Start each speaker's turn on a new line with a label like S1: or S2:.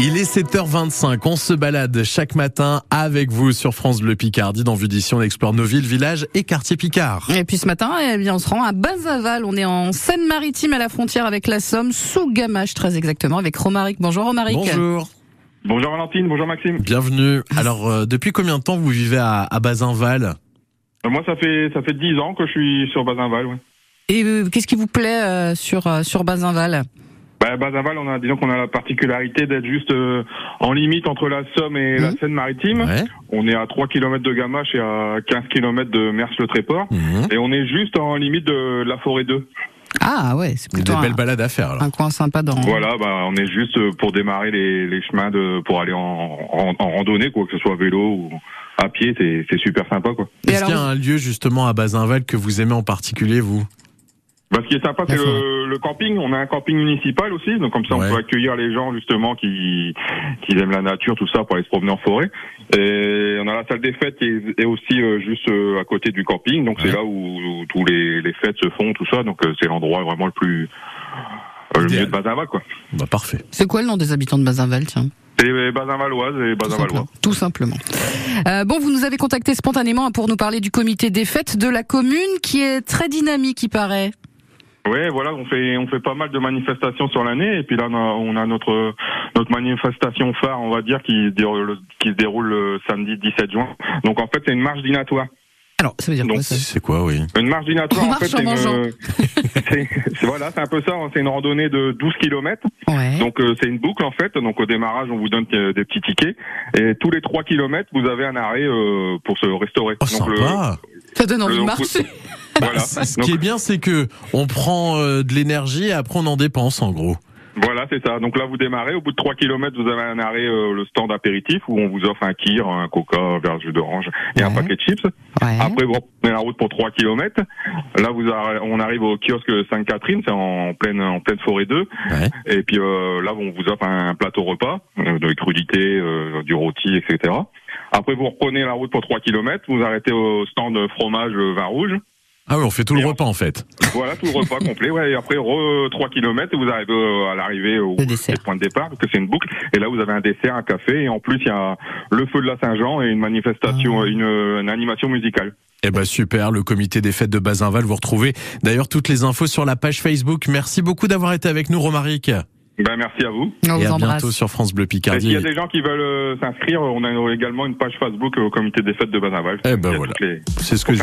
S1: Il est 7h25, on se balade chaque matin avec vous sur France Bleu Picardie. Dans Vudici, on explore nos villes, villages et quartiers picards.
S2: Et puis ce matin, eh bien, on se rend à Bazaval. On est en Seine-Maritime à la frontière avec la Somme, sous Gamache très exactement, avec Romaric. Bonjour Romaric.
S1: Bonjour,
S3: Bonjour Valentine, bonjour Maxime.
S1: bienvenue. Alors, euh, depuis combien de temps vous vivez à, à Bazinval
S3: Euh, Moi, ça fait ça fait dix ans que je suis sur Bazinval. Ouais.
S2: Et euh, qu'est-ce qui vous plaît euh, sur euh, sur Bazinval
S3: Bah, Bazinval, on a disons qu'on a la particularité d'être juste euh, en limite entre la Somme et la
S2: Mhm.
S3: Seine-Maritime.
S1: Ouais.
S3: On est à 3 km de Gamache et à 15 km de Mers-le-Tréport.
S1: Mhm.
S3: Et on est juste en limite de la forêt 2.
S2: Ah ouais, c'est
S1: Des
S2: plutôt un,
S3: hein.
S1: belles balades à faire alors.
S3: Ah,
S2: un coin sympa dans.
S3: Voilà, bah on est juste euh, pour démarrer les, les chemins de pour aller en, en, en randonnée quoi, que ce soit à vélo ou à pied, c'est c'est super sympa quoi.
S2: Et
S1: Est-ce
S2: alors,
S1: qu'il y a un lieu justement à Bazinval que vous aimez en particulier, vous
S3: Bah, ce qui est sympa, c'est
S2: D'accord.
S3: le, le camping. On a un camping municipal aussi, donc comme ça,
S1: Ouais.
S3: on peut accueillir les gens justement qui qui aiment la nature, tout ça, pour aller se promener en forêt. Et on a la salle des fêtes qui est, est aussi euh, juste euh, à côté du camping, donc
S1: Ouais.
S3: c'est là où, où tous les, les fêtes se font, tout ça. Donc euh, c'est l'endroit vraiment le plus euh, le
S1: Idéal.
S3: mieux de Bazinval, quoi.
S1: Bah parfait.
S2: c'est quoi le nom des habitants de Bazinval, tiens
S3: C'est euh, Bazinvaloise et
S2: Tout
S3: Bazinvalois.
S2: simplement. Tout simplement. Euh, bon, vous nous avez contacté spontanément pour nous parler du comité des fêtes de la commune, qui est très dynamique, il paraît.
S3: Ouais, voilà, on fait on fait pas mal de manifestations sur l'année et puis là on a, on a notre notre manifestation phare, on va dire, qui se déroule, qui se déroule le samedi 17 juin. Donc en fait c'est une marche dinatoire.
S2: Alors, ça veut dire
S3: Non,
S2: quoi ça
S1: C'est quoi, oui
S3: Une marche dinatoire
S2: On
S3: en fait
S2: marche en
S3: c'est une- euh,
S2: mangeant.
S3: c'est- c'est- voilà c'est un peu ça, hein, c'est une randonnée de 12 kilomètres.
S2: Ouais.
S3: Donc euh, c'est une boucle en fait. Donc au démarrage on vous donne euh, des petits tickets et tous les 3 kilomètres vous avez un arrêt euh, pour se restaurer.
S1: Oh,
S3: Donc, le-
S1: sympa Bah,
S2: ça donne envie de
S3: donc,
S2: marcher.
S3: voilà.
S1: Ce
S3: Donc,
S1: qui est bien, c'est que on prend euh, de l'énergie et après on en dépense, en gros.
S3: Voilà, c'est ça. Donc là, vous démarrez. Au bout de 3 kilomètres, vous avez un arrêt, euh, le stand apéritif, où on vous offre un kir, un coca, un verre de jus d'orange et un
S2: Ouais. Mhm.
S3: paquet de chips.
S2: Ouais.
S3: Après, vous reprenez la route pour 3 kilomètres. Là, vous arri- on arrive au kiosque Sainte-Catherine, c'est en pleine, en pleine forêt 2.
S1: Ouais.
S3: Et puis euh, là, on vous offre un plateau repas, euh, de crudités, euh, du rôti, etc. Après, vous reprenez la route pour 3 kilomètres, vous arrêtez au stand fromage euh, vin rouge.
S1: Ah oui, on fait tout le
S3: Et on-
S1: repas en fait.
S3: Voilà, tout le repas complet. Ouais, et après, re 3 kilomètres, et vous arrivez euh, à l'arrivée au
S2: Le dessert.
S3: point de départ, parce que c'est une boucle. Et là, vous avez un dessert, un café, et en plus, il y a le feu de la Saint-Jean et une manifestation, une, euh, une animation musicale.
S1: Eh ben super, le comité des fêtes de Bazinval, vous retrouvez d'ailleurs toutes les infos sur la page Facebook. Merci beaucoup d'avoir été avec nous, Romaric.
S3: Ben, merci à vous.
S1: et
S2: On vous
S1: à
S2: embrasse.
S1: bientôt sur France Bleu
S3: Et s'il
S1: Picardie.
S3: y a des gens qui veulent euh, s'inscrire, on a également une page Facebook au comité des fêtes de Bazaval.
S1: Eh ben voilà. C'est ce que je